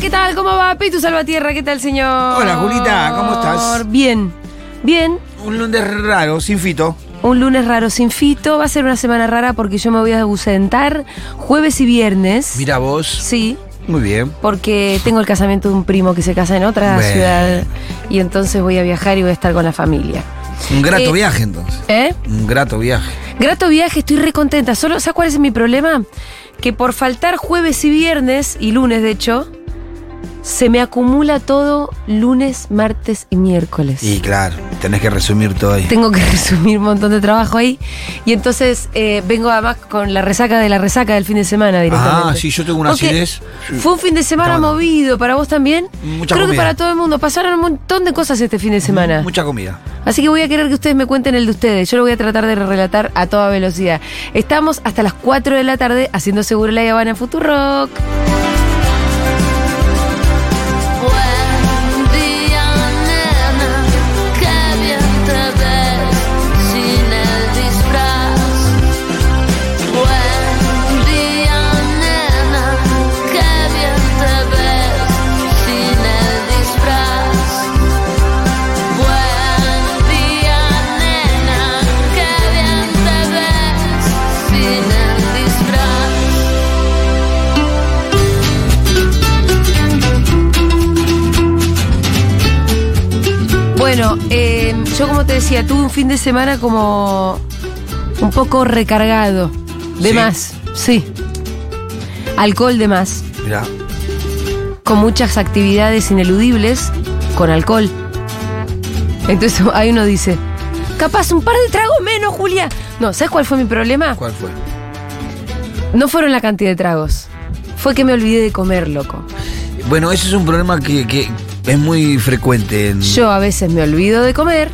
¿Qué tal? ¿Cómo va? Pitu Salvatierra, ¿qué tal, señor? Hola, Julita, ¿cómo estás? Bien, bien. Un lunes raro, sin fito. Un lunes raro sin fito. Va a ser una semana rara porque yo me voy a ausentar jueves y viernes. Mira vos. Sí, Muy bien. porque tengo el casamiento de un primo que se casa en otra Bueno. ciudad y entonces voy a viajar y voy a estar con la familia. Un grato Eh, viaje entonces. ¿Eh? Un grato viaje. Grato viaje, estoy recontenta. Solo, ¿sabes cuál es mi problema? Que por faltar jueves y viernes, y lunes de hecho, se me acumula todo lunes, martes y miércoles. Y claro, tenés que resumir todo ahí. Tengo que resumir un montón de trabajo ahí. Y entonces eh, vengo además con la resaca de la resaca del fin de semana directamente. Ah, sí, yo tengo una Porque acidez. Fue un fin de semana No, no. movido para vos también. Mucha Creo comida. que para todo el mundo. Pasaron un montón de cosas este fin de semana. Mucha comida. Así que voy a querer que ustedes me cuenten el de ustedes. Yo lo voy a tratar de relatar a toda velocidad. Estamos hasta las 4 de la tarde haciendo seguro la Habana en Futurock. Buen día, nena, qué bien te ves sin el disfraz. Buen día, nena, qué bien te ves sin el disfraz. Buen día, nena, qué bien te ves sin el disfraz. Bueno, eh, yo como te decía, tuve un fin de semana como un poco recargado. De Sí. más, sí. Alcohol de más. Mira. Con muchas actividades ineludibles con alcohol. Entonces ahí uno dice, capaz un par de tragos menos, Julia. No, ¿sabes cuál fue mi problema? ¿Cuál fue? No fueron la cantidad de tragos. Fue que me olvidé de comer, loco. Bueno, ese es un problema que, que es muy frecuente. en- Yo a veces me olvido de comer,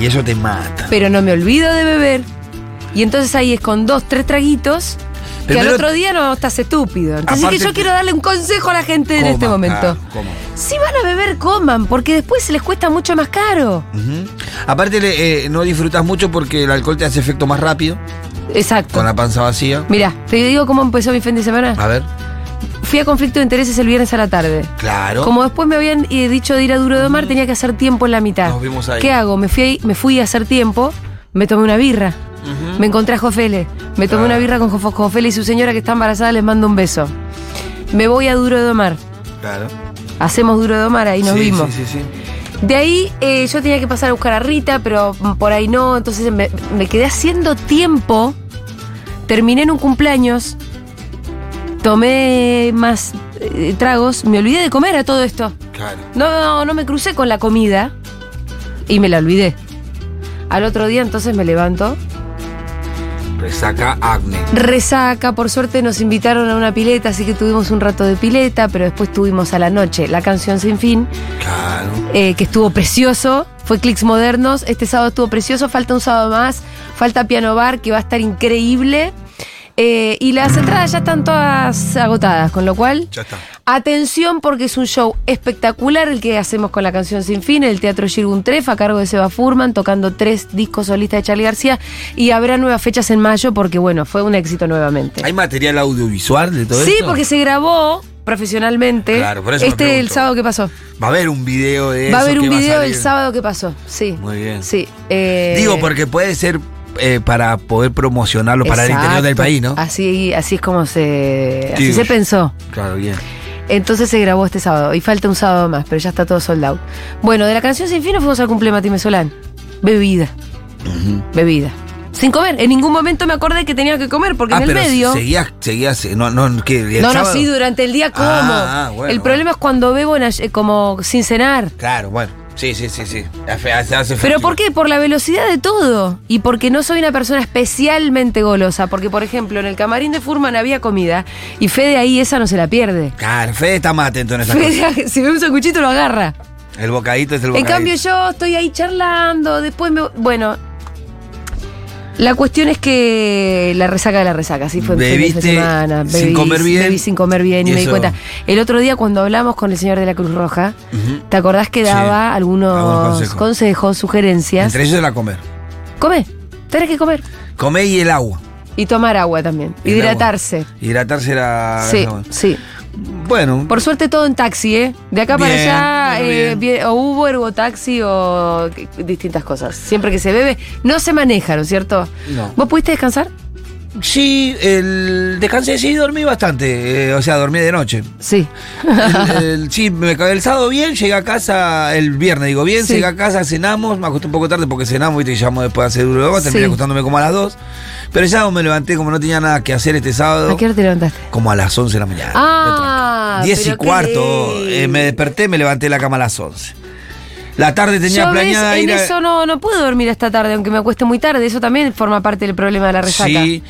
Y eso te mata. pero no me olvido de beber. Y entonces ahí es con dos, tres traguitos. que Primero- al otro día no estás estúpido. Entonces es Aparte que yo que- ah, quiero darle un consejo a la gente en Coma, este momento. claro, coma. Si van a beber, coman, porque después se les cuesta mucho más caro. Ujú. Aparte, le- eh, no disfrutas mucho porque el alcohol te hace efecto más rápido, Exacto. con la Ah. panza vacía. Mira, te digo cómo empezó mi fin de semana. A ver. Fui a conflicto de intereses el viernes a la tarde. Claro. Como después me habían eh, dicho de ir a Duro de Mar, tenía que hacer tiempo en la mitad. Mm. Nos vimos ahí. ¿Qué hago? Me fui, ahí- me fui a hacer tiempo, me tomé una birra. Me encontré a Jofele. Me Ah. tomé una birra con Jof- Jofele y su señora que está embarazada, les mando un beso. Me voy a Duro de Mar. Claro. Hacemos Duro de Mar, ahí nos Sí, vimos. Sí, sí, sí. De ahí eh, yo tenía que pasar a buscar a Rita, pero mm, por ahí no. Entonces me, me quedé haciendo tiempo. Terminé en un cumpleaños. Tomé más eh, tragos. Me olvidé de comer a todo esto. Claro. No, no, no me crucé con la comida y me la olvidé. Al otro día entonces me levanto. Resaca acné. Resaca, por suerte nos invitaron a una pileta, así que tuvimos un rato de pileta, pero después tuvimos a la noche la canción sin fin, Claro. eh, que estuvo precioso. Fue Clicks Modernos, este sábado estuvo precioso, falta un sábado más, falta Piano Bar, que va a estar increíble. Eh, y las entradas ya están todas agotadas, con lo cual Ya está. Atención porque es un show espectacular el que hacemos con la canción Sin Fin, el Teatro Shirgun Tref a cargo de Seba Furman, tocando tres discos solistas de Charlie García y habrá nuevas fechas en mayo porque bueno, fue un éxito nuevamente. ¿Hay material audiovisual de todo Sí, esto? porque se grabó profesionalmente Claro, por eso me este el pregunto. sábado que pasó. Va a haber un video de va a eso haber que un a video el salir. sábado que pasó, sí. Muy bien. Sí. eh, Digo, porque puede ser eh, para poder promocionarlo para el interior del exacto. Ah. país, ¿no? Así, así es como se, así Sí. se pensó. Claro, bien. Entonces se grabó este sábado y falta un sábado más, pero ya está todo sold out. Bueno, de la canción sin fin nos fuimos al cumple de Mati Mesolán. Bebida. Bebida. Sin comer. En ningún momento me acordé que tenía que comer, porque ah, en el pero medio. seguías, seguías, eh, no, no, que el no, no, sábado- sí, durante el día como. Ah, ah, bueno, el problema es cuando bebo en ay- eh, como sin cenar. Claro, bueno, sí, sí, sí, sí. Hace- hace- hace ¿Pero efectivo. por qué? Por la velocidad de todo. Y porque no soy una persona especialmente golosa. Porque, por ejemplo, en el camarín de Furman había comida y Fede ahí esa no se la pierde. Claro, Fede está más atento en esas cosas. Fede, si ve un sanguchito lo agarra. El bocadito es el En bocadito. cambio yo estoy ahí charlando, después me... Bueno, la cuestión es que la resaca de la resaca, sí, fue en fin de Bebiste semana. sin comer bien. Bebí sin comer bien y, Y me di eso- cuenta. El otro día cuando hablamos con el señor de la Cruz Roja, Ujú. ¿te acordás que Sí, daba algunos, algunos consejos. consejos. sugerencias? Entre ellos la comer. Come, tenés que comer. Comer y el agua. Y tomar agua también, El hidratarse. agua. Hidratarse la... Sí, sí. Bueno, Por suerte todo en taxi, ¿eh? De acá para Bien, allá, muy eh, bien. bien- o Uber o taxi o que- distintas cosas. Siempre que se bebe, no se maneja, ¿no es cierto? No. ¿Vos pudiste descansar? sí, el descansé, sí, dormí bastante. eh, o sea, dormí de noche. Sí. El- el- sí, me caí el sábado bien, llegué a casa el viernes, digo bien, Sí. llegué a casa, cenamos, me acosté un poco tarde porque cenamos, viste, y llamo después de hacer duro, terminé Sí. acostándome como a las 2. Pero el sábado me levanté como no tenía nada que hacer este sábado. ¿A qué hora te levantaste? Como a las 11 de la mañana. Ah, 10 y pero qué cuarto, lindo. eh, me desperté, me levanté de la cama a las 11. La tarde tenía Yo ves, planeada en ir a... eso no, no puedo dormir hasta tarde, aunque me acueste muy tarde. Eso también forma parte del problema de la resaca. Sí,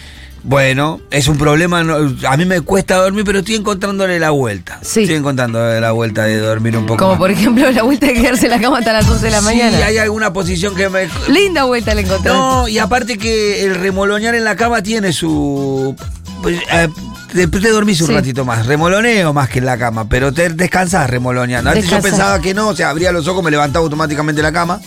bueno, es un problema. no- a mí me cuesta dormir, pero estoy encontrándole la vuelta. Sí. Estoy encontrándole la vuelta de dormir un poco. Como más. por ejemplo la vuelta de quedarse en la cama hasta las 11 de la Sí, mañana. hay alguna posición que me. Linda vuelta la encontraste. No, y aparte que el remolonear en la cama tiene su. pues, eh, te, te dormís un Sí. ratito más, remoloneo más que en la cama, pero te descansás remoloneando. Antes yo Descansás. pensaba que no, o sea, abría los ojos, me levantaba automáticamente la cama.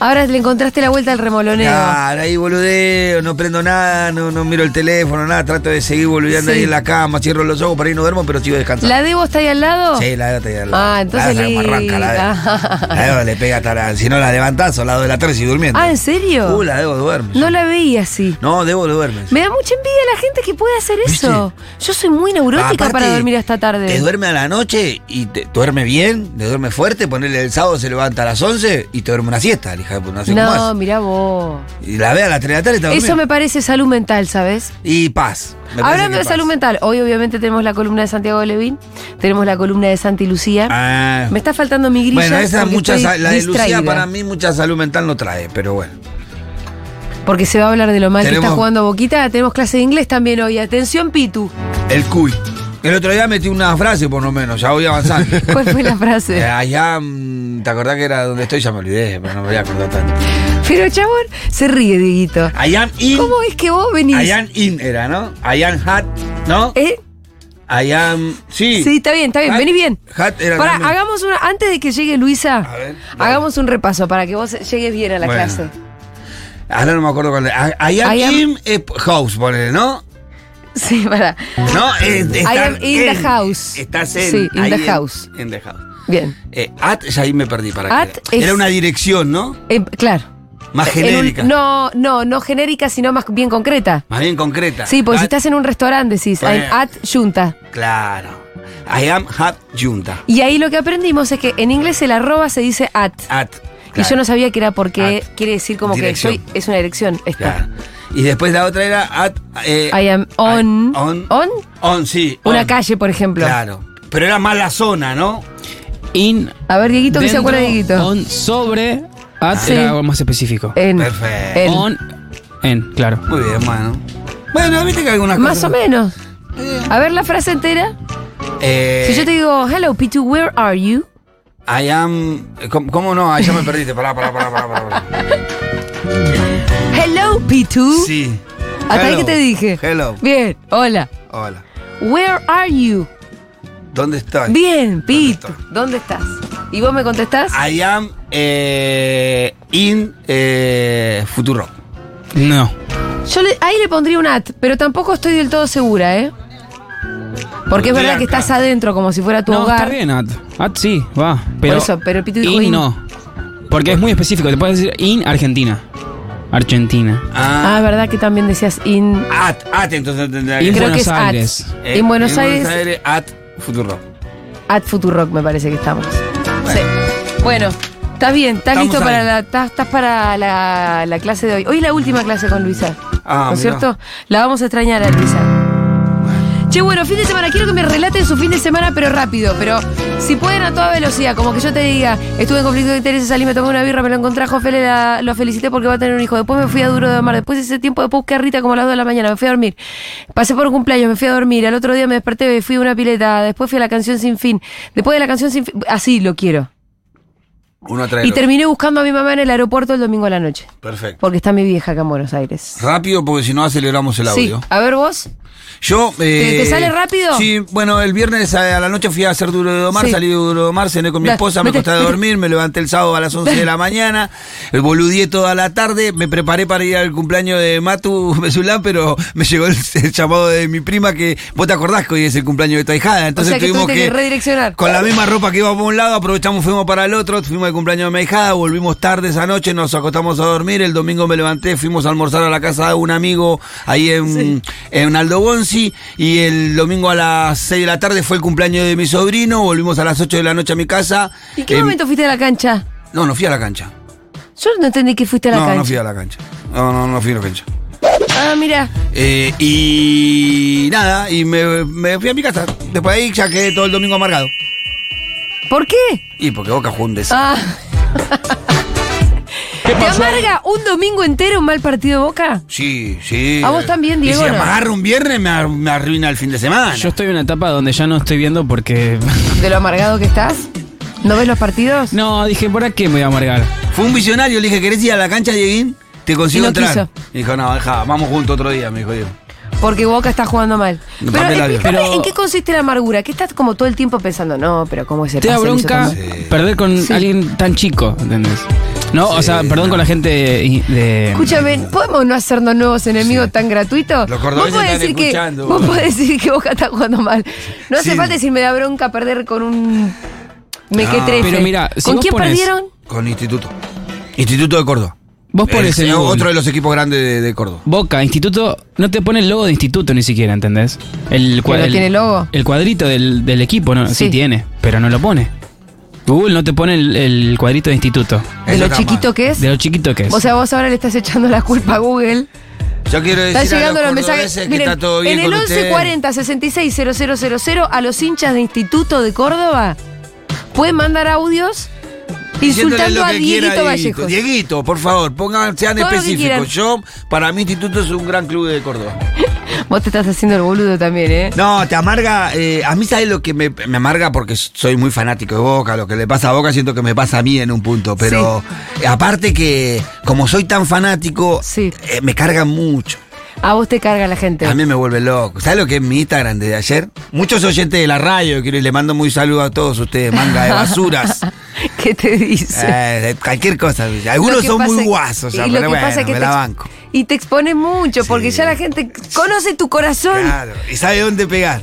Ahora le encontraste la vuelta al remoloneo. Claro, ahí boludeo, no prendo nada, no, no miro el teléfono, nada, trato de seguir boludeando Sí. ahí en la cama, cierro los ojos, por ahí no duermo, pero sigo descansando. ¿La Debo está ahí al lado? Sí, la de te la- Ah, entonces la de la li- marranca, la Ah. de. La de le pega hasta la. Si no la levantás, a lado de la tarde y durmiendo. Ah, ¿en serio? Uh, la debo duerme. No la veía así. No, debo duerme. Me da mucha envidia la gente que puede hacer ¿Viste? eso. Yo soy muy neurótica Aparte, para dormir hasta Te tarde. duerme a la noche y te duerme bien, te duerme fuerte, ponele el sábado se levanta a las 11 y te duerme una siesta, la hija de puta, no sé cómo No, hace. mirá vos. Y la ve a las 3 de la tarde y está Eso durmiendo. me parece salud mental, ¿sabes? Y paz. me parece Hablando que de salud paz. mental, hoy obviamente tenemos la columna de Santiago de Levín, tenemos la columna de Santi Lucía. Ah. ¿eh? Me está faltando mi grilla. Bueno, esa porque mucha, estoy sa- la de Lucía distraída, para mí mucha salud mental no trae, pero bueno. Porque se va a hablar de lo mal que Tenemos- está jugando Boquita. Tenemos clase de inglés también hoy. Atención, Pitu. El cuy. El otro día metí una frase por lo menos, ya voy avanzando. ¿Cuál fue la Eh, frase? Allá, mm, ¿te acordás que era donde estoy? Ya me olvidé, pero no me voy a acordar tanto. Pero chabón, se ríe, Dieguito. I am in. ¿Cómo es que vos venís? I am in era, ¿no? I am hat, ¿no? ¿Eh? I am. Sí. Sí, está bien, está bien. Hat- Venís bien. Hat era. Para, también. hagamos una. Antes de que llegue Luisa, A ver, dale. hagamos un repaso para que vos llegues bien a la Bueno. clase. Ahora Ah, no me acuerdo cuál era. I, I am I am- in eh, house, ponele, ¿no? Sí, para. No, eh, estar am in the house. Estás en. Sí, in ahí the en- house. In the house. Bien. Eh, at, ya ahí me perdí para At qué era. es- Era una dirección, ¿no? Eh, claro. Más En un- genérica. no, no, no genérica, sino más bien concreta. Más bien concreta. Sí, porque si At- estás en un restaurante, decís, Bueno. at Junta. Claro. I am hat junta. Y ahí lo que aprendimos es que en inglés el arroba se dice at. At. Y yo no sabía que era porque At. quiere decir como que Dirección. soy, es una dirección. Está. Claro. Y después la otra era at. eh, I am on. I- on. on On, sí. una on. calle, por ejemplo. Claro. Pero era más la zona, ¿no? in. A ver, Dieguito, ¿qué se dentro, acuerda, Dieguito? On, sobre, at, Sí. Eh, era algo más específico. En. Perfecto. en. On, en, claro. Muy bien, mano. Bueno, viste que algunas Más o cosas. menos. A ver la frase entera. Eh, Si yo te digo, hello, Pitu, where are you? I am. ¿Cómo, cómo no? Ahí ya me perdiste. Pará, pará, pará, pará. pará, pará. Hello, Pitu. Sí. Hasta ahí Hello. que te dije. Hello. Bien, hola. Hola. Where are you? ¿Dónde estoy? Bien, Pitu. estoy? ¿Dónde estás? ¿Y vos me contestás? I am eh, in eh, Futuro. No. Ah. Yo le- ahí le pondría un at, pero tampoco estoy del todo segura, ¿eh? Porque es Estoy verdad que acá. estás adentro como si fuera tu No, hogar. está bien, at. At sí, va. Pero, eso, pero Pitu dijo in, in. no. Porque es muy específico. Te puedes decir in Argentina. Argentina. Ah, verdad que también decías in. At, at, entonces tendría In que Creo Buenos que es at. Aires. Eh, Ah. en Buenos Aires, at Futuro. at Futurock me parece que estamos. Sí. Bueno, estás bien, estás Estamos listo ahí. para la, estás, estás para la, la clase de hoy. Hoy es la última clase con Luisa. Ah, ¿No es mirá. cierto? La vamos a extrañar a Luisa. Che, bueno, fin de semana, quiero que me relaten su fin de semana, pero rápido, pero si pueden a toda velocidad, como que yo te diga, estuve en conflicto de intereses, salí, me tomé una birra, me lo encontré a Jofele, la- lo felicité porque va a tener un hijo, después me fui a Duro de Mar, después ese tiempo de busqué a Rita como a las 2 de la mañana, me fui a dormir, pasé por un cumpleaños, me fui a dormir, al otro día me desperté, fui a una pileta, después fui a la canción sin fin, después de la canción sin fin, así lo quiero. Uno trae. Y lo- terminé buscando a mi mamá en el aeropuerto el domingo a la noche. Perfecto. Porque está mi vieja acá en Buenos Aires. Rápido, porque si no aceleramos el Sí, audio. a ver vos. Yo. ¿Te- eh, te sale rápido? Sí, bueno, el viernes a a la noche fui a hacer duro de domar, Sí. salí de duro de domar, cené con mi Da, esposa, me vete, costaba vete. dormir, me levanté el sábado a las 11 de la mañana, eh, boludié toda la tarde, me preparé para ir al cumpleaños de Matu Mesulán, pero me llegó el, el llamado de mi prima que vos te acordás que hoy es el cumpleaños de tu ahijada, entonces sea que tuvimos tuviste que redireccionar. Con la misma ropa que íbamos a un lado, aprovechamos, fuimos para el otro, fuimos al cumpleaños de mi hijada, volvimos tarde esa noche, nos acostamos a dormir, el domingo me levanté, fuimos a almorzar a la casa de un amigo ahí en, en Aldo Bonzi, y el domingo a las 6 de la tarde fue el cumpleaños de mi sobrino, volvimos a las 8 de la noche a mi casa. ¿Y qué Em, momento fuiste a la cancha? No, no fui a la cancha. Yo no entendí que fuiste a la no, cancha. no fui a la cancha. No, no, no fui a la cancha. Ah, mira. Eh, y nada, y me, me fui a mi casa. Después de ahí ya quedé todo el domingo amargado. ¿Por qué? Y porque Boca jugó un desastre. Ah. ¿Te amarga un domingo entero un mal partido de Boca? Sí, sí. ¿A vos también, Diego, Y si no? me agarro un viernes, me, ar- me arruina el fin de semana. Yo estoy en una etapa donde ya no estoy viendo porque. ¿De lo amargado que estás? ¿No ves los partidos? No, dije, ¿para qué me voy a amargar? Fue un visionario, le dije, ¿querés ir a la cancha, Dieguín? Te consigo Y no entrar. quiso. Me dijo, no, deja, vamos juntos otro día, me dijo Diego. Porque Boca está jugando mal. No, Pero eh, Pamela, explícame pero- en qué consiste la amargura. Que estás como todo el tiempo pensando, no, pero ¿cómo es el Te da paseo que hizo bronca tan mal? Sí. perder con alguien tan chico, ¿entendés? No, o sea, perdón con la gente de. de- Escúchame, ¿podemos no hacernos nuevos enemigos tan gratuitos? Los cordobeses Vos podés están decir que- escuchando. Vos podés decir que Boca está jugando mal. No hace Sí. falta decir me da bronca perder con un Ah. mequetrefe. Pero mirá, si ¿Con vos quién ponés- perdieron? Con Instituto. Instituto de Córdoba. Vos pones El- el Google, Otro de los equipos grandes de, de Córdoba. Boca, instituto, no te pone el logo de instituto ni siquiera, ¿entendés? El, cua- ¿Que no el- tiene logo? El cuadrito del, del equipo, no, sí. Sí. tiene, pero no lo pone. Google no te pone el, el cuadrito de instituto. De Eso lo está chiquito mal. que es. De lo chiquito que es. O sea, vos ahora le estás echando la culpa a Google. Yo quiero decir Están llegando a los los mensajes. cordobeses que Miren, está todo bien en el con ustedes. 1140 660000 a los hinchas de Instituto de Córdoba pueden mandar audios Diciéndole insultando lo a que quiera, Dieguito Dieguito. Vallejo. Dieguito, por favor, pongan, sean Todo lo que quieran. específicos. Yo, para mí, Instituto es un gran club de Córdoba. Vos te estás haciendo el boludo también, ¿eh? No, te amarga. eh, a mí, ¿sabes lo que me, me amarga? Porque soy muy fanático de Boca. Lo que le pasa a Boca siento que me pasa a mí en un punto. Pero eh, aparte que, como soy tan fanático, Sí. eh, me carga mucho. A vos te carga la gente. A mí me vuelve loco. ¿Sabes lo que es mi Instagram de ayer? Muchos oyentes de la radio, quiero y le mando muy saludo a todos ustedes, manga de basuras. ¿Qué te dice? Eh, cualquier cosa. Lo Algunos que son pasa- muy guasos, ya, y lo pero que bueno, pasa es que me te la ex- banco. Y te expones mucho, porque Sí. ya la gente conoce tu corazón. Claro. Y sabe dónde pegar.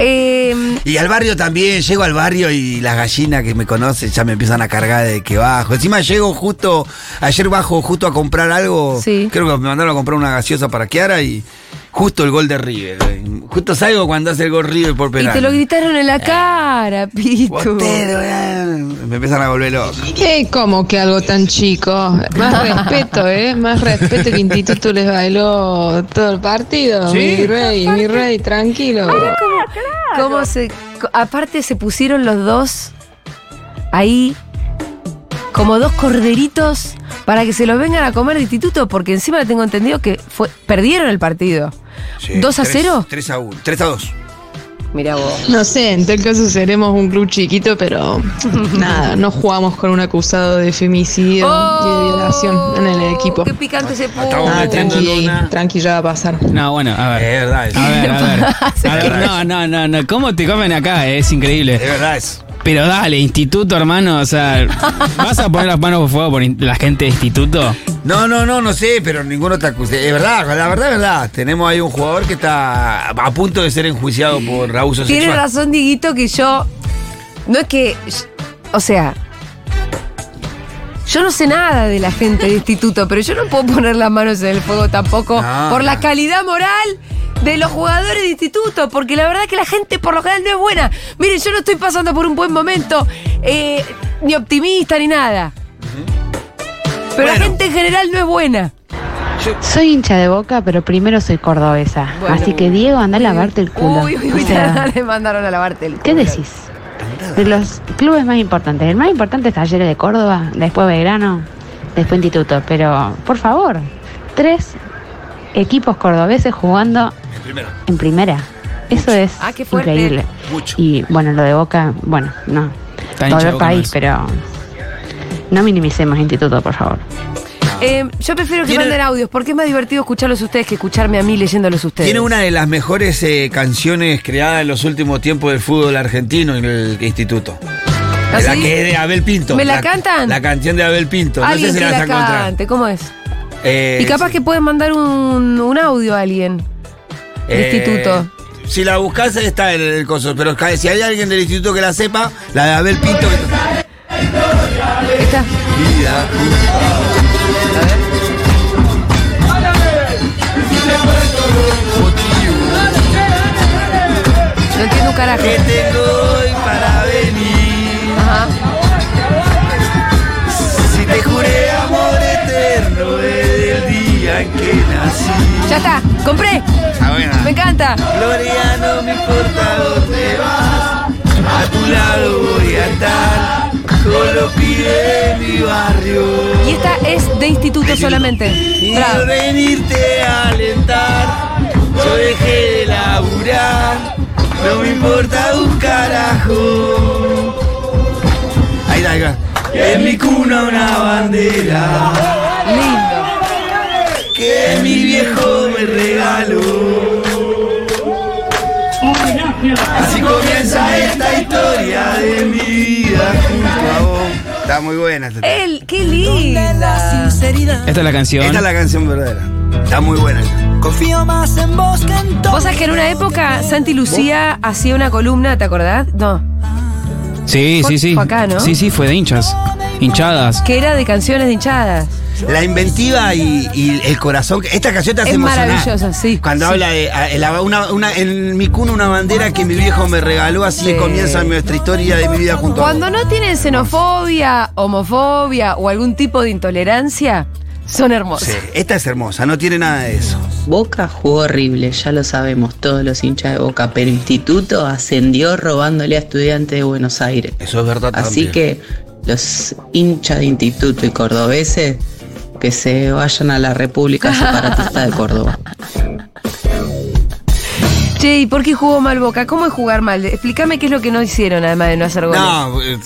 Eh, Y al barrio también, llego al barrio y las gallinas que me conocen ya me empiezan a cargar de que bajo. Encima llego justo, ayer bajo justo a comprar algo. Sí. Creo que me mandaron a comprar una gaseosa para Kiara y justo el gol de River. Justo salgo cuando hace el gol River por y penal. te lo gritaron en la Eh. cara, Pitu. Botero, eh. Me empiezan a volver loco. Eh, ¿Cómo que algo tan chico? Más respeto, ¿eh? Más respeto que Instituto les bailó todo el partido. Mi rey, mi rey, tranquilo. ¿Cómo se.? co- Aparte, se pusieron los dos ahí como dos corderitos para que se los vengan a comer de instituto, porque encima tengo entendido que fue, perdieron el partido. Sí, ¿Dos a tres- cero? Tres a uno. Tres a dos. Mira vos. No sé, en tal caso seremos un club chiquito, pero nada, no jugamos con un acusado de femicidio y de violación en el equipo. Oh, Qué picante se puso. estamos Nada, Oh, metiendo tranqui, una. tranqui, ya va a pasar. no, bueno, a ver. Es verdad eso. A ver, a ver. Ah, A ver, pasa? no, no, no, no. ¿Cómo te comen acá? eh? Es increíble. Es verdad eso. Pero dale, instituto, hermano. O sea, ¿vas a poner las manos por fuego por in- la gente de instituto? No, no, no, no sé, pero ninguno te acusa. Es verdad, la verdad, es verdad. Tenemos ahí un jugador que está a punto de ser enjuiciado por abuso Tiene sexual. razón, Diguito, que yo. No es que. O sea. Yo no sé nada de la gente del instituto, pero yo no puedo poner las manos en el fuego tampoco No, por la no. calidad moral de los jugadores de instituto, porque la verdad que la gente por lo general no es buena. Miren, yo no estoy pasando por un buen momento, eh, ni optimista ni nada. Pero la Bueno. gente en general no es buena. Soy hincha de Boca, pero primero soy cordobesa. Bueno. Así que Diego, anda a lavarte el culo. Uy, uy, O uy, sea, le mandaron a lavarte el culo. ¿Qué decís? De los clubes más importantes. El más importante es Talleres de Córdoba, después Belgrano, después Instituto. Pero, por favor, tres equipos cordobeses jugando El primero. en primera. Eso es Ah, qué fuerte. increíble. Mucho. Y bueno, lo de Boca, bueno, no. Tan hincha Todo de Boca el no país, es. pero No minimicemos instituto, por favor. Eh, yo prefiero que Tiene- manden audios porque es más divertido escucharlos ustedes que escucharme a mí leyéndolos ustedes. Tiene una de las mejores eh, canciones creadas en los últimos tiempos del fútbol argentino en el instituto. ¿Ah, La sí? que es de Abel Pinto. ¿Me la cantan? La canción de Abel Pinto. No Alguien sé si que la vas a la encontrar. cante, ¿cómo es? Eh, y capaz que pueden mandar un, un audio a alguien. El eh, instituto. Si la buscas está en el coso, pero ca- si hay alguien del instituto que la sepa, la de Abel Pinto que Esta. Vida. No entiendo un carajo. Que tengo hoy para venir. Ajá. Si te juré amor eterno desde el día en que nací. Ya está, compré. Ah, bueno. Me encanta. Gloria, no me importa dónde vas, a tu lado voy a estar, con los pibes de mi barrio. Y esta es de instituto solamente. Y al Bravo. venirte a alentar, yo dejé de laburar, no me importa un carajo. Ahí está, ahí va. En mi cuna una bandera, Lindo. que mi viejo me regaló. Así comienza esta historia de mi vida junto a vos. Está muy buena esta. El, qué lindo. Esta es la canción. Esta es la canción verdadera. Está muy buena. Confío más en vos que en todo. Vos sabés que en una época Santi Lucía hacía una columna, ¿te acordás? No. Sí, Fue- sí, sí. fue acá, ¿no? Sí, sí, fue de hinchas. Hinchadas. Que era de canciones de hinchadas. La inventiva y, y el corazón. Esta canción te hace Es emocionar. maravillosa, sí. Cuando Sí. habla de a- en la- una- una- en mi cuna una bandera que mi viejo me regaló, así Sí. comienza nuestra historia de mi vida junto Cuando a no tienen xenofobia, homofobia o algún tipo de intolerancia, son vos. hermosos. Sí, Esta es hermosa, no tiene nada de eso. Boca jugó horrible, ya lo sabemos todos los hinchas de Boca, pero Instituto ascendió robándole a estudiantes de Buenos Aires. Eso es verdad Así que los hinchas de Instituto y cordobeses que se vayan a la República Separatista de Córdoba. Che, ¿y por qué jugó mal Boca? ¿Cómo es jugar mal? Explícame qué es lo que no hicieron, además de no hacer goles. No, eh,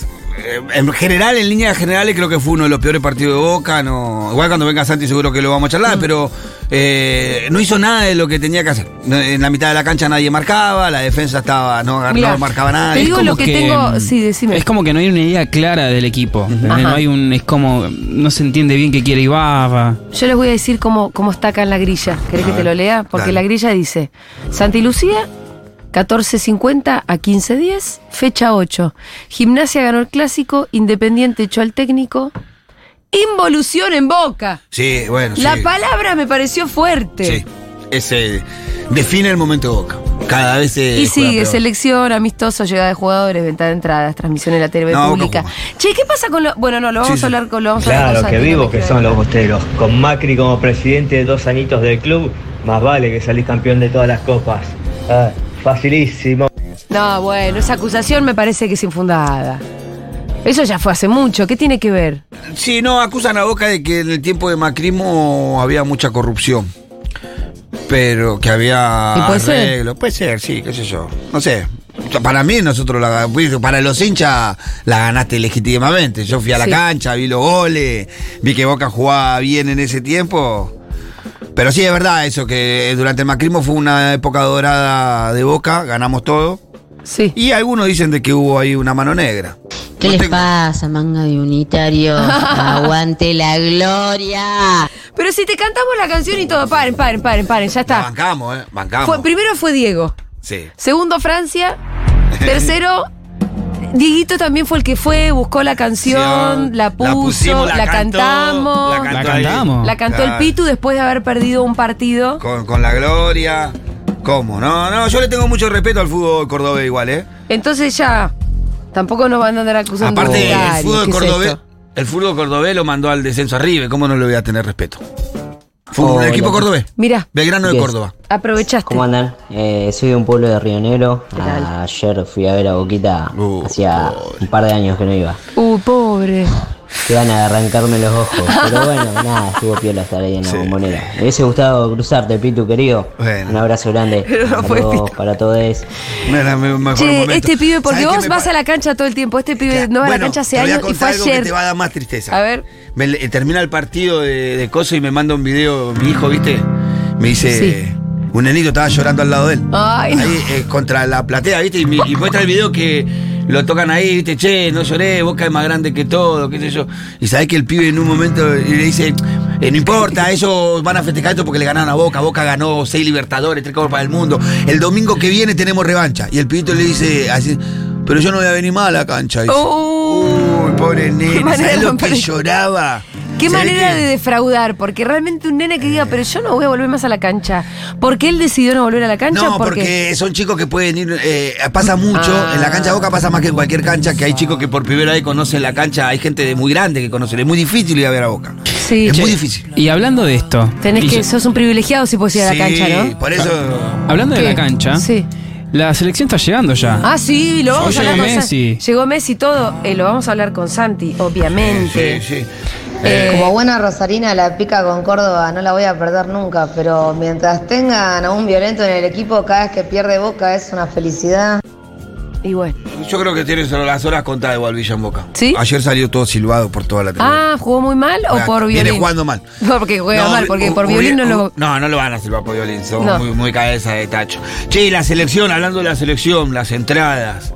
en general, en líneas generales, creo que fue uno de los peores partidos de Boca. No, igual cuando venga Santi seguro que lo vamos a charlar, Mm. pero eh, no hizo nada de lo que tenía que hacer. No, En la mitad de la cancha nadie marcaba, la defensa estaba, no, agar- Mirá, no marcaba nada. te Es digo como- lo que tengo- mm, sí, decime. Es como que no hay una idea clara del equipo. Ajá. No hay un. Es como. No se entiende bien qué quiere Ibaba. Yo les voy a decir cómo, cómo está acá en la grilla. ¿Querés que te lo lea? Porque dale. la grilla dice: Santi Lucía, 14.50 a 15.10, fecha 8. Gimnasia ganó el clásico, Independiente echó al técnico. Involución en boca. Sí, bueno, La sí. palabra me pareció fuerte. Sí, ese define el momento de Boca. Cada vez se Y Eh, juega sigue, peor. selección, amistoso, llegada de jugadores, venta de entradas, transmisión en la tele No, pública. Boca Che, ¿qué pasa con lo.? Bueno, no, lo vamos Sí, a sí. hablar con lo vamos a hablar Claro, con que Santi, no vivos me que creo. son los bosteros. Con Macri como presidente de dos añitos del club, más vale que salís campeón de todas las copas. Ah, facilísimo. No, bueno, esa acusación me parece que es infundada. Eso ya fue hace mucho. ¿Qué tiene que ver? Sí, no, acusan a Boca de que en el tiempo de Macrismo había mucha corrupción. Pero que había ¿Y puede ser? arreglo. Puede ser, sí, qué sé yo. No sé. O sea, Para mí, nosotros la pues, para los hinchas la ganaste legítimamente. Yo fui a la Sí. cancha, vi los goles, vi que Boca jugaba bien en ese tiempo. Pero sí, es verdad eso, que durante el macrismo fue una época dorada de Boca, ganamos todo. Sí. Y algunos dicen de que hubo ahí una mano negra. ¿Qué No les tengo- pasa, manga de unitario? Aguante la gloria. Pero si te cantamos la canción y todo, paren, paren, paren, paren, ya La está. bancamos, ¿eh? Bancamos. Fue- primero fue Diego, sí. segundo Francia, tercero Dieguito también fue el que fue, buscó la canción, la puso, la, pusimos, cantó, cantamos, la, La cantó ahí. cantamos. cantó el Claro. Pitu después de haber perdido un partido. Con, con la gloria. ¿Cómo? No, no, yo le tengo mucho respeto al fútbol cordobés igual, ¿eh? Entonces ya tampoco nos van a andar acusando de Aparte, el horarios, fútbol ¿qué es cordobés. esto? El fútbol cordobés lo mandó al descenso arriba, ¿cómo no le voy a tener respeto? Oh, Fútbol, el equipo cordobés. Mirá, Belgrano de Yes. Córdoba. aprovechaste. ¿Cómo andan? Eh, soy de un pueblo de Rionero. tal? Ayer fui a ver a Boquita. Uh, Hacía pobre. un par de años que no iba. Uh, pobre. Se van a arrancarme los ojos. Pero bueno, nada, estuvo piola estar ahí en la bombonera. Me hubiese gustado cruzarte, Pitu, querido. Un abrazo grande. Pero no para fue todos, para todos. Che, este pibe, porque vos vas a la cancha todo el tiempo. Este pibe no va a la Bueno, cancha hace te voy a años y contar fue algo que ayer. te va a dar más tristeza. A ver. Me le- termina el partido de, de Coso y me manda un video, mi hijo, ¿viste? Me dice. Sí. Un nenito estaba llorando al lado de él. Ay, no. Ahí, eh, contra la platea, ¿viste? Y, mi- y muestra el video que lo tocan ahí, ¿viste? Che, no lloré, Boca es más grande que todo, qué sé yo. Y sabés que el pibe en un momento y le dice, eh, no importa, ellos van a festejar esto porque le ganaron a Boca. Boca ganó seis libertadores, tres copas del mundo. El domingo que viene tenemos revancha. Y el pibito le dice así, pero yo no voy a venir más a la cancha. dice. Oh, Uy, pobre nene, manera ¿sabés de lo romper que el- lloraba? Uh, Qué ¿Sabés manera qué? Eh. de defraudar, porque realmente un nene que diga, pero yo no voy a volver más a la cancha. ¿Por qué él decidió no volver a la cancha? No, porque, son chicos que pueden ir, eh, pasa mucho, Ah. en la cancha de Boca pasa más que en cualquier cancha, que hay chicos que por primera vez conocen la cancha, hay gente de muy grande que conoce, es muy difícil ir a ver a Boca. Sí. Es Che, muy difícil. Y hablando de esto. Tenés y que, yo- sos un privilegiado si puedes ir a la Sí, cancha, ¿no? Por eso... Hablando ¿Qué? de la cancha. Sí. La selección está llegando ya. Ah, sí, lo vamos Oye, a hablar con Messi. Santi. Llegó Messi todo, eh, lo vamos a hablar con Santi, obviamente. Sí, sí. Eh, Como buena Rosarina, la pica con Córdoba no la voy a perder nunca, pero mientras tengan a un violento en el equipo, cada vez que pierde boca es una felicidad. Y bueno. Yo creo que tienes las horas contadas igual Villa en Boca. ¿Sí? Ayer salió todo silbado por toda la tribuna. Ah, ¿jugó muy mal o Ah, por violín? viene jugando mal. Porque juega No, mal, porque u- por u- violín no u- lo. No, no lo van a silbar por violín, son No. muy, muy cabeza de tacho. Che, y la selección, hablando de la selección, las entradas.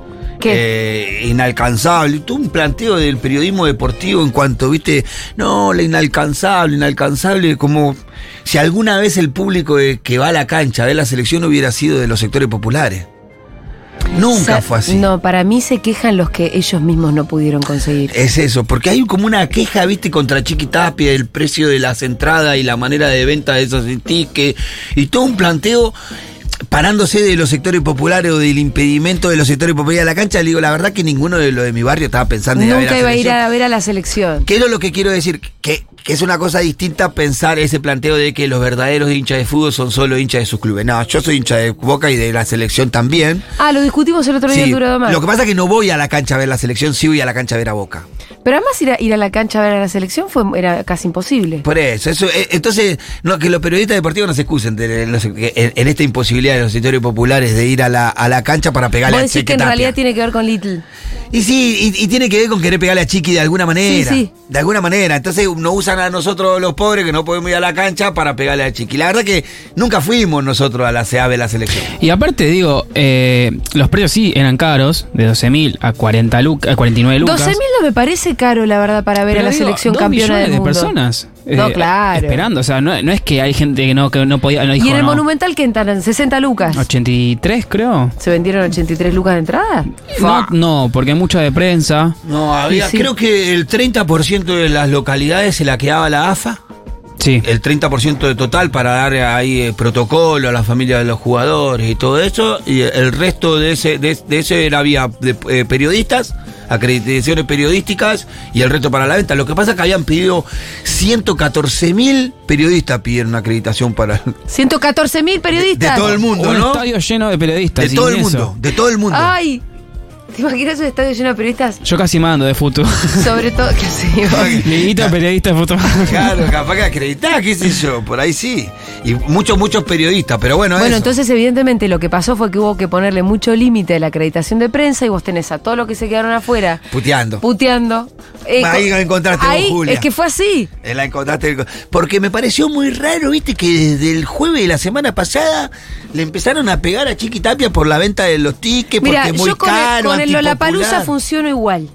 Eh, inalcanzable. Tú un planteo del periodismo deportivo en cuanto, viste, no, la inalcanzable, inalcanzable, como si alguna vez el público eh, que va a la cancha a ver la selección hubiera sido de los sectores populares. Nunca Sa- fue así. No, para mí se quejan los que ellos mismos no pudieron conseguir. Es eso, porque hay como una queja, viste, contra Chiqui Tapia, el precio de las entradas y la manera de venta de esos tickets, y todo un planteo parándose de los sectores populares o del impedimento de los sectores populares de la cancha. Le digo, la verdad que ninguno de los de mi barrio estaba pensando en ir a ver Nunca la iba a ir selección. a ver a la selección. ¿Qué es lo que quiero decir? Que, que es una cosa distinta pensar ese planteo de que los verdaderos hinchas de fútbol son solo hinchas de sus clubes. No, yo soy hincha de Boca y de la selección también. Ah, lo discutimos el otro día Sí, en Duro de Mar. Lo que pasa es que no voy a la cancha a ver la selección, sí voy a la cancha a ver a Boca. Pero además ir a, ir a la cancha a ver a la selección fue, era casi imposible. Por eso, eso eh, entonces, no, que los periodistas deportivos no se excusen de los- que en, en esta imposibilidad de los sectores populares de ir a la, a la cancha para pegarle Vos a decís Chiqui que en Tapia. realidad tiene que ver con Little. Y sí, y, y tiene que ver con querer pegarle a Chiqui de alguna manera. Sí, sí. De alguna manera. Entonces nos usan a nosotros los pobres que no podemos ir a la cancha para pegarle a Chiqui. La verdad que nunca fuimos nosotros a la CAB de la selección. Ah. Y aparte, digo, eh, los precios sí eran caros, de 12.000 a 40 luc- a 49 lucas. 12.000 no me parece caro, la verdad, para ver Pero a la digo, selección dos campeona millones del de mundo. personas. eh, No, claro. Esperando, o sea, no, no es que hay gente que no, que no podía, no dijo y en el no. Monumental que entran 60 lucas. 83 creo. ¿Se vendieron 83 lucas de entrada? No, no, porque hay mucha de prensa. No, había, Y sí. creo que el 30% de las localidades se la quedaba la AFA. Sí. El 30% de total para dar ahí eh, protocolo a la familia de los jugadores y todo eso. Y el resto de ese, de, de ese era vía de, eh, periodistas, acreditaciones periodísticas y el resto para la venta. Lo que pasa es que habían pedido 114 mil periodistas pidieron acreditación para... 114 mil periodistas. De todo el mundo, Un ¿no? estadio lleno de periodistas. De y todo el eso. mundo, de todo el mundo. Ay, ¿te imaginas un estadio lleno de periodistas? Yo casi mando de fútbol. Sobre todo, que sí. Liguito periodista de fútbol. Claro, capaz que acreditás, qué sé yo, por ahí sí. Y muchos, muchos periodistas, pero bueno, Bueno, eso. entonces evidentemente lo que pasó fue que hubo que ponerle mucho límite a la acreditación de prensa y vos tenés a todos los que se quedaron afuera Puteando. puteando. Eh, Ahí co- la encontraste vos, ahí, Julia. Es que fue así. Eh, La encontraste. Porque me pareció muy raro, viste, que desde el jueves de la semana pasada le empezaron a pegar a Chiqui Tapia por la venta de los tickets, Mira, porque es muy yo con el, caro. con el Lollapalooza antipopular. funciono igual.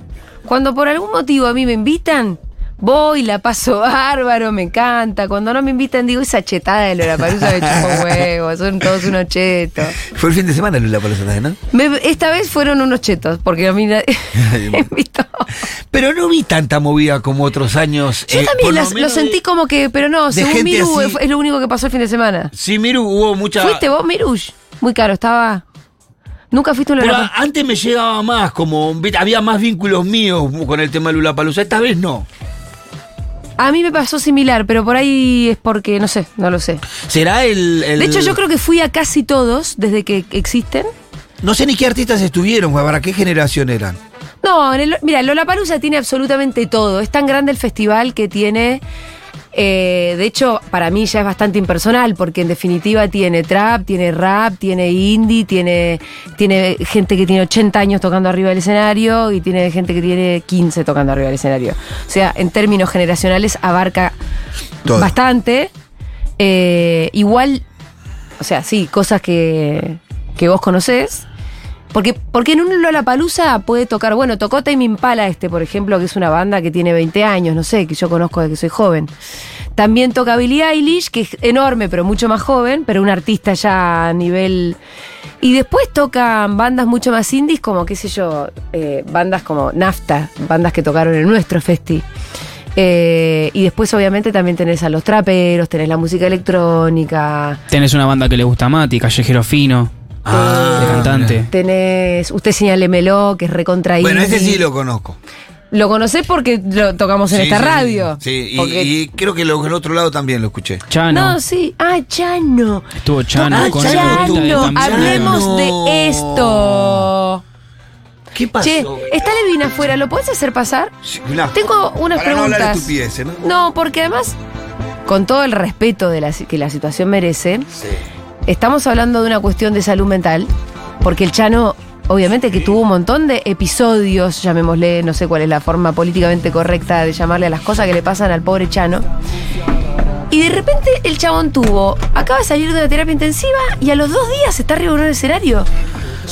Cuando por algún motivo a mí me invitan, voy, la paso bárbaro, me encanta. Cuando no me invitan, digo, esa chetada de Lollapalooza me chupó huevos, son todos unos chetos. Fue el fin de semana el Lollapalooza, también, ¿no? Me- esta vez fueron unos chetos, porque a mí nadie- Pero no vi tanta movida como otros años. Yo eh, también por las- menos lo sentí como que, pero no, de según gente Miru así. eh, es lo único que pasó el fin de semana. Sí, Miru, hubo mucha... ¿Fuiste vos, Mirush? Muy caro, estaba. Nunca fuiste a un Pero Lollapalooza. a- antes me llegaba más, como viste, había más vínculos míos con el tema de Lula Palusa. Esta vez no. A mí me pasó similar, pero por ahí es porque, no sé, no lo sé. ¿Será el, el- De hecho, yo creo que fui a casi todos desde que existen. No sé ni qué artistas estuvieron, güey, para qué generación eran. No, en el- mira, Lollapalooza tiene absolutamente todo. Es tan grande el festival que tiene. eh, de hecho, para mí ya es bastante impersonal, porque en definitiva tiene trap, tiene rap, tiene indie, tiene, tiene gente que tiene 80 años tocando arriba del escenario y tiene gente que tiene 15 tocando arriba del escenario. O sea, en términos generacionales abarca Todo. bastante. Eh, igual, o sea, sí, cosas que, que vos conocés. Porque, porque en un Lollapalooza puede tocar, bueno, tocó Tame Impala este, por ejemplo, que es una banda que tiene 20 años, no sé, que yo conozco desde que soy joven. También toca Billie Eilish, que es enorme, pero mucho más joven, pero un artista ya a nivel... Y después tocan bandas mucho más indies, como, qué sé yo, eh, bandas como Nafta, bandas que tocaron en nuestro festi. Eh, y después obviamente también tenés a los traperos, tenés la música electrónica, Tenés una banda que le gusta a Mati, Callejero Fino, Ah, de cantante. tenés, usted señálemelo, que es recontra Bueno, indie. ese sí lo conozco. Lo conocés porque lo tocamos en Sí, esta sí, radio. Sí, y, Porque- y creo que lo- en el otro lado también lo escuché. No, sí. Ah, Chano. Estuvo Chano Ah, con Chano. Chano, Hablemos de esto. ¿Qué pasó? Che, está Levina afuera, ¿lo podés hacer pasar? mirá. Tengo unas Para no hablar preguntas. estupideces, ¿no? No, porque además, con todo el respeto de la, si- que la situación merece, estamos hablando de una cuestión de salud mental, porque el Chano, obviamente que tuvo un montón de episodios, llamémosle, no sé cuál es la forma políticamente correcta de llamarle a las cosas que le pasan al pobre Chano. Y de repente el chabón tuvo, acaba de salir de una terapia intensiva y a los dos días está arriba en un escenario.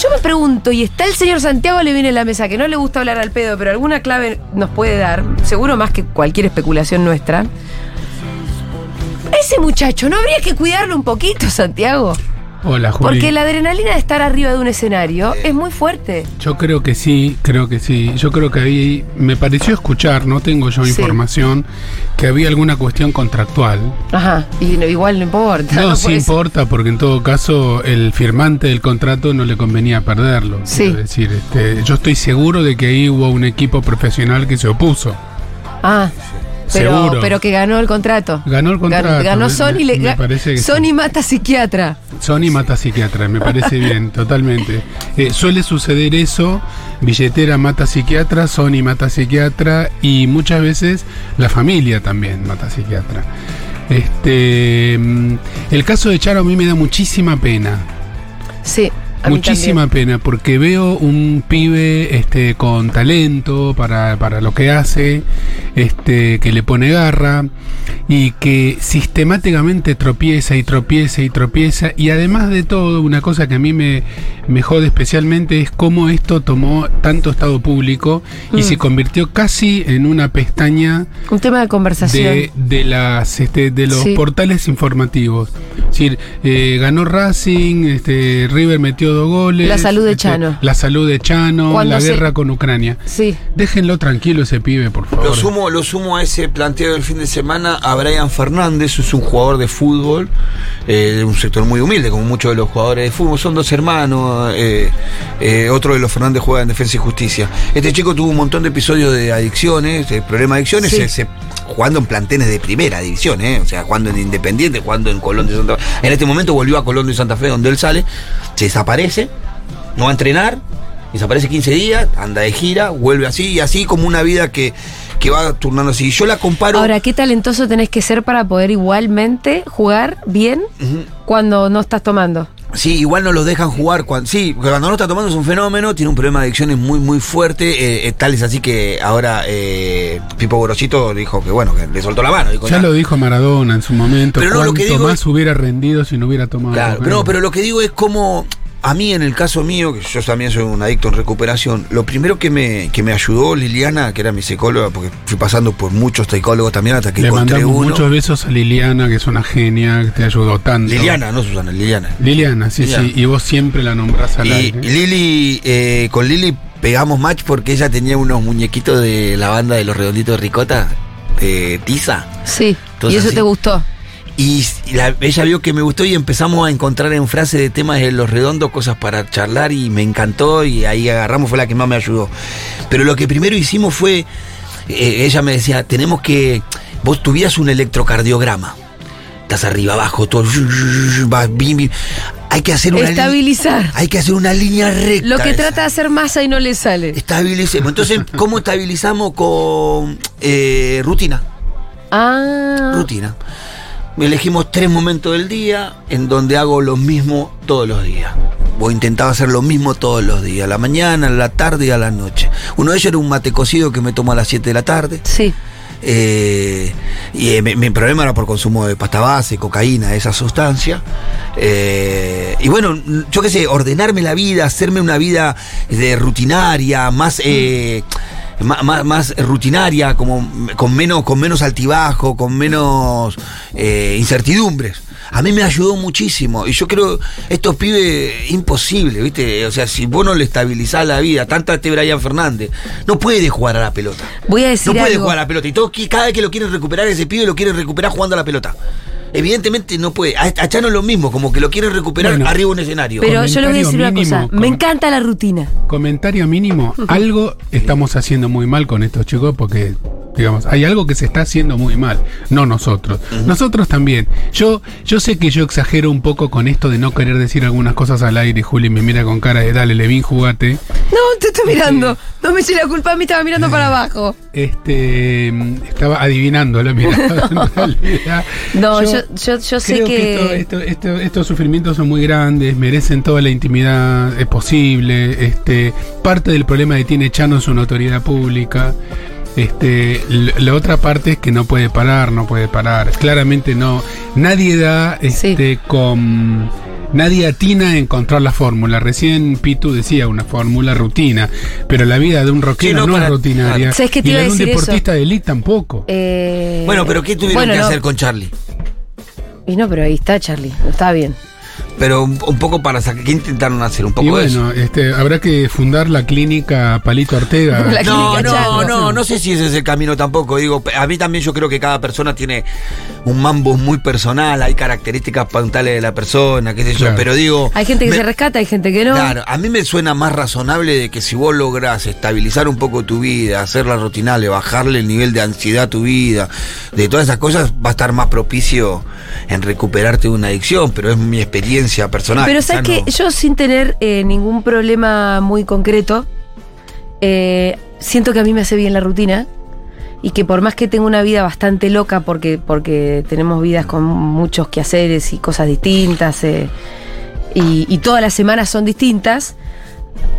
Yo me pregunto, y está el señor Santiago le viene a la mesa, que no le gusta hablar al pedo, pero alguna clave nos puede dar, seguro más que cualquier especulación nuestra. Ese muchacho, ¿no habría que cuidarlo un poquito, Santiago? Hola, Juli. Porque la adrenalina de estar arriba de un escenario es muy fuerte. Yo creo que sí, creo que sí. Yo creo que ahí me pareció escuchar, no tengo yo Sí. información, que había alguna cuestión contractual. Ajá, y no- igual no importa. No, ¿no? sí Pues- importa, porque en todo caso el firmante del contrato no le convenía perderlo. Sí. quiero decir, este, yo estoy seguro de que ahí hubo un equipo profesional que se opuso. Ah, pero, Seguro. pero que ganó el contrato. Ganó el contrato. Ganó, ganó me- Sony, le- me parece que sí. Sony mata psiquiatra. Sony mata psiquiatra, me parece bien, totalmente. Eh, suele suceder eso, billetera mata psiquiatra, Sony mata psiquiatra y muchas veces la familia también mata psiquiatra. Este, mm, el caso de Charo a mí me da muchísima pena. Sí. a mí Muchísima también. pena, porque veo un pibe este, con talento para, para lo que hace, este, que le pone garra y que sistemáticamente tropieza y tropieza y tropieza. Y además de todo, una cosa que a mí me, Eh, me jode especialmente es cómo esto tomó tanto estado público y Mm. se convirtió casi en una pestaña Un tema de conversación. de, de las este, de los Sí. portales informativos. Es decir, eh, ganó Racing, este, River metió dos goles. La salud de este, Chano. La salud de Chano, Cuando la se- guerra con Ucrania. Sí. Déjenlo tranquilo ese pibe, por favor. Lo sumo, lo sumo a ese planteo del fin de semana a Brian Fernández, es un jugador de fútbol, eh, de un sector muy humilde, como muchos de los jugadores de fútbol. Son dos hermanos, eh, eh, otro de los Fernández juega en Defensa y Justicia. Este chico tuvo un montón de episodios de adicciones, de problemas de adicciones, Sí. se- se- jugando en planteles de primera división, eh, o sea, jugando en Independiente, jugando en Colón de Santa Fe. En este momento volvió a Colón de Santa Fe, donde él sale, se desaparece, no va a entrenar, desaparece 15 días, anda de gira, vuelve así y así como una vida que, que va turnando así. Yo la comparo. Ahora, qué talentoso tenés que ser para poder igualmente jugar bien Ujú. cuando no estás tomando. Sí, igual no los dejan jugar. Cuando, sí, porque cuando no está tomando es un fenómeno, tiene un problema de adicciones muy, muy fuerte. eh, eh, tal es así que ahora eh, Pipo Gorosito dijo que, bueno, que le soltó la mano. dijo, Ya "Nah". lo dijo Maradona en su momento. Pero no, lo que cuánto digo más hubiera rendido si no hubiera tomado. Claro, cocaína. pero, pero lo que digo es como a mí en el caso mío, que yo también soy un adicto en recuperación, lo primero que me, que me ayudó Liliana, que era mi psicóloga, porque fui pasando por muchos psicólogos también hasta que Le encontré mandamos uno. muchos besos a Liliana, que es una genia, que te ayudó tanto. Liliana, no Susana, Liliana. Liliana, sí, Liliana. sí. Y vos siempre la nombrás al Y, aire. y Lili, eh, con Lili pegamos match porque ella tenía unos muñequitos de la banda de los redonditos de Ricota, eh, Tiza. Sí. Entonces, y eso sí. te gustó. Y s- y la- ella vio que me gustó y empezamos a encontrar en frases de temas de los redondos cosas para charlar y me encantó y ahí agarramos, fue la que más me ayudó. Pero lo que primero hicimos fue, eh, ella me decía, tenemos que, vos tuvieras un electrocardiograma. Estás arriba, abajo, todo. yu, yu, yu, yu, vas, bim, bim. Hay que hacer una Estabilizar. Hay que hacer una línea recta. Lo que esa. trata de hacer masa y no le sale. Estabilicemos. pues, Entonces, ¿cómo estabilizamos con eh, rutina? Ah. Rutina. Elegimos tres momentos del día en donde hago lo mismo todos los días. O intentaba hacer lo mismo todos los días, a la mañana, a la tarde y a la noche. Uno de ellos era un mate cocido que me tomo a las 7 de la tarde. Sí. Eh, y eh, mi, mi problema era por consumo de pasta base, cocaína, esa sustancia. Eh, y bueno, yo qué sé, ordenarme la vida, hacerme una vida de rutinaria, más. eh, ma- ma- más, rutinaria, como con menos, con menos altibajo, con menos eh, incertidumbres. A mí me ayudó muchísimo. Y yo creo, estos pibes, imposible, ¿viste? O sea, si vos no le estabilizás la vida, tanta este Brian Fernández, no puede jugar a la pelota. Voy a decir No puede algo. jugar a la pelota. Y todos, qui- cada vez que lo quieren recuperar, ese pibe lo quieren recuperar jugando a la pelota. Evidentemente no puede. A, a Chano es lo mismo, como que lo quieren recuperar Bueno. arriba de un escenario. Pero yo le voy a decir una mínimo, cosa. Me encanta la rutina. Comentario mínimo, algo estamos haciendo muy mal con estos chicos porque, digamos, hay algo que se está haciendo muy mal, no nosotros. Nosotros también. Yo, yo sé que yo exagero un poco con esto de no querer decir algunas cosas al aire y Juli me mira con cara de dale, Levin, jugate. No, te estoy mirando. No me eché la culpa a mí, estaba mirando para abajo. Este, mm, estaba adivinando la mirada. en realidad. No, yo, yo, yo sé que. creo esto- esto- esto- estos sufrimientos son muy grandes, merecen toda la intimidad es posible. Este, parte del problema que tiene Chano es una autoridad pública. Este, l- la otra parte es que no puede parar, no puede parar. Claramente no. Nadie da este, con. Nadie atina a encontrar la fórmula. Recién Pitu decía una fórmula rutina, pero la vida de un rockero no, no, para- es rutinaria. claro. ¿Sabes qué te y iba la a de un decir eso? deportista de elite tampoco. eh, Bueno, pero ¿qué tuvieron bueno, que no. hacer con Charlie? Y no, pero ahí está, Charlie. Está bien. Pero un, un poco para sacar. ¿Qué intentaron hacer? Un poco Y de eso. bueno, este, habrá que fundar la clínica Palito Ortega. No, no, no, no sé si ese es el camino tampoco. Digo, a mí también yo creo que cada persona tiene un mambo muy personal, hay características puntales de la persona, qué sé yo. Claro. Pero digo. Hay gente que me- se rescata, hay gente que no. Claro, a mí me suena más razonable de que si vos lográs estabilizar un poco tu vida, hacerla rutinal, bajarle el nivel de ansiedad a tu vida, de todas esas cosas, va a estar más propicio en recuperarte de una adicción, pero es mi experiencia personal. Pero quizá sabes que no. yo sin tener eh, ningún problema muy concreto, eh, siento que a mí me hace bien la rutina y que por más que tengo una vida bastante loca porque, porque tenemos vidas con muchos quehaceres y cosas distintas eh, y, y todas las semanas son distintas,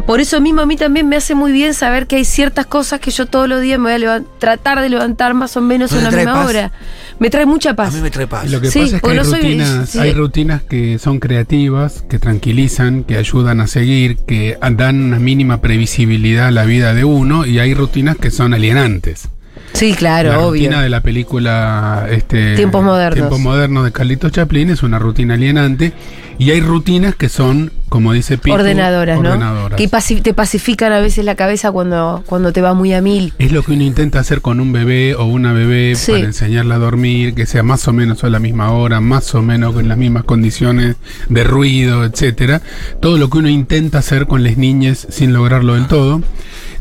por eso mismo a mí también me hace muy bien saber que hay ciertas cosas que yo todos los días me voy a levan- tratar de levantar más o menos a ¿No te una trae misma paz? hora. Me trae mucha A paz. mí me trae paz. Lo que Sí, pasa es que porque hay no soy- rutinas, sí. hay rutinas que son creativas, que tranquilizan, que ayudan a seguir, que dan una mínima previsibilidad a la vida de uno, y hay rutinas que son alienantes. Sí, claro, la obvio. rutina de la película este, Tiempos modernos. Tiempos modernos de Carlitos Chaplin es una rutina alienante, y hay rutinas que son, como dice Pitu, ordenadoras, ¿no? ordenadoras. Que paci- te pacifican a veces la cabeza cuando, cuando te va muy a mil. Es lo que uno intenta hacer con un bebé o una bebé Sí. para enseñarla a dormir, que sea más o menos a la misma hora, más o menos con las mismas condiciones de ruido, etcétera. Todo lo que uno intenta hacer con las niñas sin lograrlo del todo,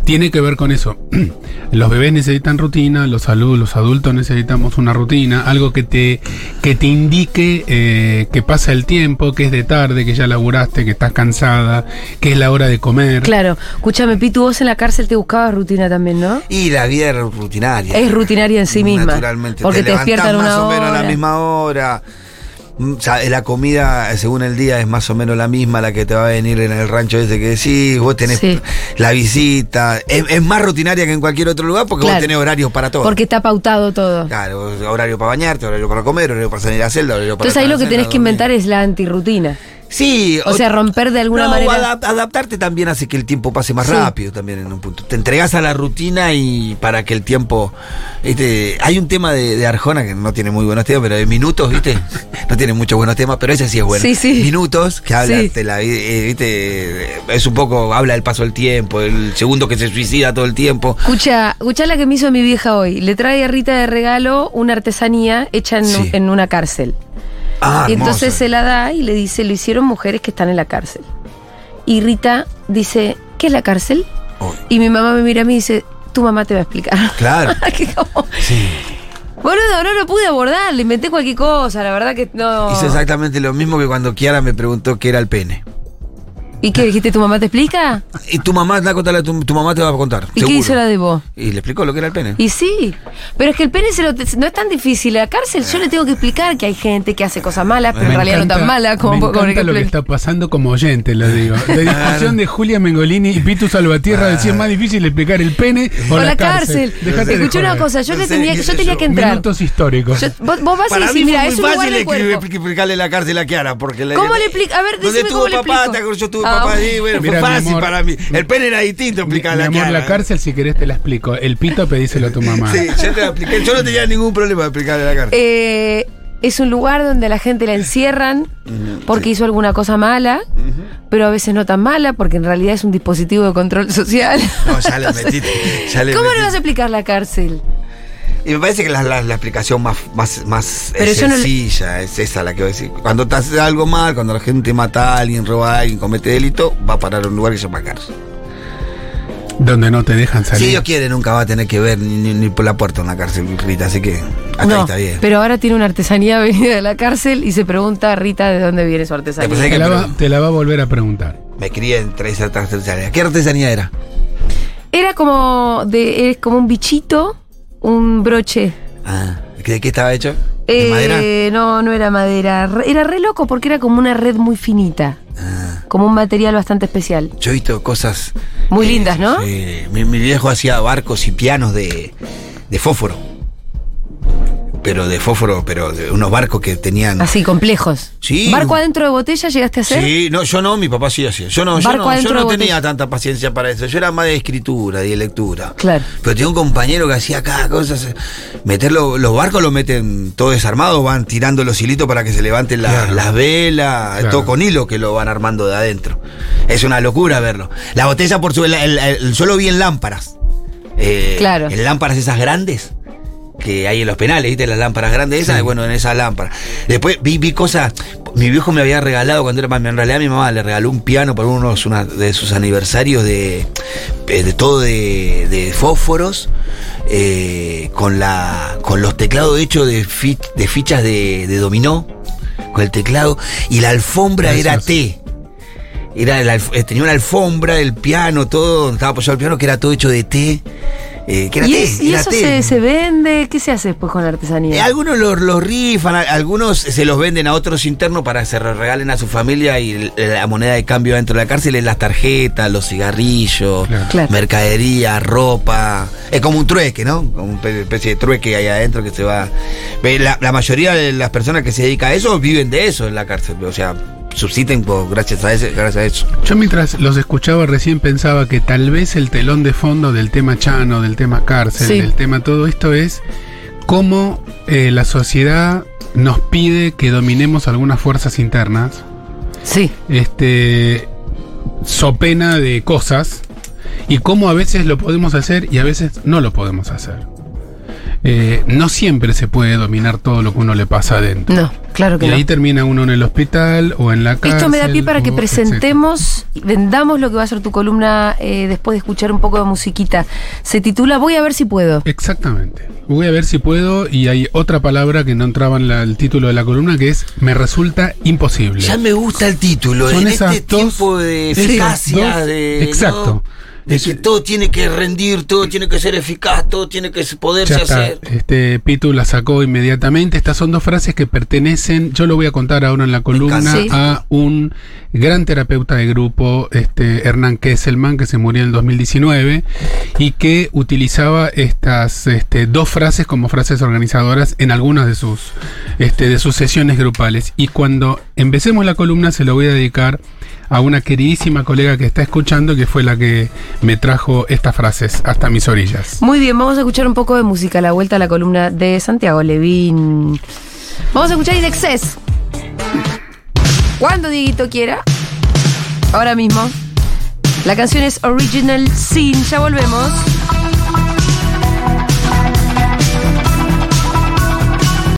tiene que ver con eso. Los bebés necesitan rutina, los, alu- los adultos necesitamos una rutina, algo que te, que te indique eh, que pasa el tiempo, que es de tarde, que ya laburaste, que estás cansada, que es la hora de comer. Claro, escúchame, Pitu, vos en la cárcel te buscabas rutina también, ¿no? Y la vida era rutinaria. Es rutinaria en sí misma. Naturalmente. Porque te, levantás despiertan más una o menos a hora. la misma hora. Mm, o sea, la comida, eh, según el día, es más o menos la misma la que te va a venir en el rancho ese que decís. Vos tenés Sí. la visita. Es, es más rutinaria que en cualquier otro lugar porque Claro. vos tenés horarios para todo. Porque está pautado todo. Claro, horario para bañarte, horario para comer, horario para salir a la celda, horario para. Entonces ahí estar lo que en la tenés que cena, inventar es la antirrutina. Sí. O sea, romper de alguna No, manera. adap- adaptarte también hace que el tiempo pase más Sí. rápido también en un punto. Te entregas a la rutina y para que el tiempo... este, hay un tema de, de Arjona que no tiene muy buenos temas, pero de minutos, ¿viste? No tiene muchos buenos temas, pero ese sí es bueno. Sí, sí. Minutos, que habla Sí. de la vida, eh, ¿viste? Es un poco, habla del paso del tiempo, el segundo que se suicida todo el tiempo. Escucha, escuchá la que me hizo mi vieja hoy. Le trae a Rita de regalo una artesanía hecha en, Sí. en una cárcel. Ah, y hermoso. entonces se la da y le dice, lo hicieron mujeres que están en la cárcel. Y Rita dice, ¿qué es la cárcel? Oh, Y mi mamá me mira a mí y dice, tu mamá te va a explicar. Claro. Que como- Boludo, no lo pude abordar, le inventé cualquier cosa, la verdad que no. Hizo exactamente lo mismo que cuando Kiara me preguntó qué era el pene. ¿Y qué dijiste? ¿Tu mamá te explica? Y tu mamá, la contala, tu, tu mamá te va a contar. ¿Y qué seguro. hizo la de vos? Y le explicó lo que era el pene. Y sí, pero es que el pene se lo- no es tan difícil. La cárcel yo le tengo que explicar que hay gente que hace cosas malas, pero Me en realidad no encanta- tan malas como me por- por encanta ejemplo, lo que el- está pasando como oyente, lo digo. La discusión de Julia Mengolini y Pitu Salvatierra decía es más difícil explicar el pene o, O la cárcel. Dejate de Escuchá una joder. cosa, yo No que sé, tenía- qué yo sé tenía yo. que entrar. Minutos históricos. Yo- vos, vos vas y Para decís, mí Ah, mira, fue es un muy lugar fácil del expli- cuerpo. expli- explicarle la cárcel a Kiara. Porque la- ¿Cómo le explica? A ver, Donde decime tuvo cómo le papá, explico. te acuerdas, yo tuve Ah, papá bueno. allí, bueno, Mira, fue mi fácil amor. para mí. El pene era distinto explicarle Mi a amor, Kiara. la cárcel, si querés, te la explico. El pito pedíselo a tu mamá. Sí, yo te la expliqué. Yo no tenía ningún problema de explicarle la cárcel. Eh, es un lugar donde la gente la encierran Eh, porque hizo alguna cosa mala, pero a veces no tan mala porque en realidad es un dispositivo de control social. No, ya le Entonces, metiste. Ya le ¿Cómo le vas a metiste. explicar la cárcel? Y me parece que la, la- la explicación más, más, más Pero eh, yo no le- sencilla es esa la que voy a decir. Cuando te haces algo mal, cuando la gente mata a alguien, roba a alguien, comete delito, va a parar a un lugar que se llama cárcel. Donde no te dejan Si salir. Dios quiere, nunca va a tener que ver ni, ni- ni por la puerta una cárcel, Rita, así que hasta ahí No, está bien. pero ahora tiene una artesanía venida de la cárcel y se pregunta a Rita de dónde viene su artesanía. Después hay que te, la va, preguntar. te la va a volver a preguntar. Me crié entre esas artesanías. ¿Qué artesanía era? Era como de es como un bichito, un broche. Ah, ¿De qué estaba hecho? ¿De Eh, madera? No, no era madera. Re- Era re loco porque era como una red muy finita. Ah. Como un material bastante especial. Yo he visto cosas. Muy lindas, ¿no? eh, mi, mi viejo hacía barcos y pianos de, de fósforo. Pero de fósforo, pero de unos barcos que tenían. Así, complejos. Sí. ¿Barco adentro de botella llegaste a hacer? Sí, no, yo no, mi papá sí hacía. Yo no, yo Barco no, yo adentro no de botella. tenía tanta paciencia para eso. Yo era más de escritura y de lectura. Claro. Pero tenía un compañero que hacía cada cosa. se- Meter lo- los barcos los meten todo desarmado, van tirando los hilitos para que se levanten la- Claro. las velas, Claro. todo con hilo que lo van armando de adentro. Es una locura verlo. La botella, por su. el- el- el- yo lo vi en lámparas. Eh, Claro. En lámparas esas grandes que hay en los penales, ¿viste? Las lámparas grandes esas, bueno, en esa lámpara. Después vi, vi cosas, mi viejo me había regalado cuando era más, en realidad mi mamá le regaló un piano para uno de sus- una de sus aniversarios de, eh, de todo de, de fósforos, eh, con, la, con los teclados hechos de, fi- de fichas de, de dominó, con el teclado, y la alfombra era Precioso. té. Era la alf- eh, tenía una alfombra, el piano, todo, donde estaba apoyado el piano, que era todo hecho de té. eh, que era ¿Y, té, es- y era eso té. se, se vende? ¿Qué se hace después con la Eh, artesanía? Algunos los, los rifan, a- algunos se los venden a otros internos para que se los regalen a su familia y l- eh, la moneda de cambio dentro de la cárcel es las tarjetas, los cigarrillos, Claro. Claro. mercadería, ropa. Es como un trueque, ¿no? Como una especie de trueque ahí adentro que se va. Ve, La, la mayoría de las personas que se dedican a eso viven de eso en la cárcel. O sea, subsisten por- gracias, a ese, gracias a eso. Yo mientras los escuchaba recién pensaba que tal vez el telón de fondo del tema Chano, del tema cárcel, Sí. del tema todo esto es cómo eh, la sociedad nos pide que dominemos algunas fuerzas internas, Sí. este, so pena de cosas, y cómo a veces lo podemos hacer y a veces no lo podemos hacer. Eh, no siempre se puede dominar todo lo que uno le pasa adentro. No, claro que Y no. ahí termina uno en el hospital o en la cárcel. Esto me da pie para que o etcétera. presentemos, y vendamos lo que va a ser tu columna eh, después de escuchar un poco de musiquita. Se titula Voy a ver si puedo. Exactamente. Voy a ver si puedo y hay otra palabra que no entraba en la- el título de la columna que es me resulta imposible. Ya me gusta el título. Son en esas este dos- tiempo de esas eficacia, dos- de. exacto. ¿no? De Es- que todo tiene que rendir, todo tiene que ser eficaz, todo tiene que poderse Ya está. hacer. Este Pitu la sacó inmediatamente. Estas son dos frases que pertenecen, yo lo voy a contar ahora en la columna, encanta. Sí. a un gran terapeuta de grupo, este Hernán Kesselman, que se murió en el 2019 y que utilizaba estas este, dos frases como frases organizadoras en algunas de sus, este, de sus sesiones grupales. Y cuando empecemos la columna se lo voy a dedicar a una queridísima colega que está escuchando, que fue la que me trajo estas frases hasta mis orillas. Muy bien, vamos a escuchar un poco de música, la vuelta a la columna de Santiago Levín. Vamos a escuchar In Excess. Cuando Dieguito quiera. Ahora mismo. La canción es Original Sin. Ya volvemos.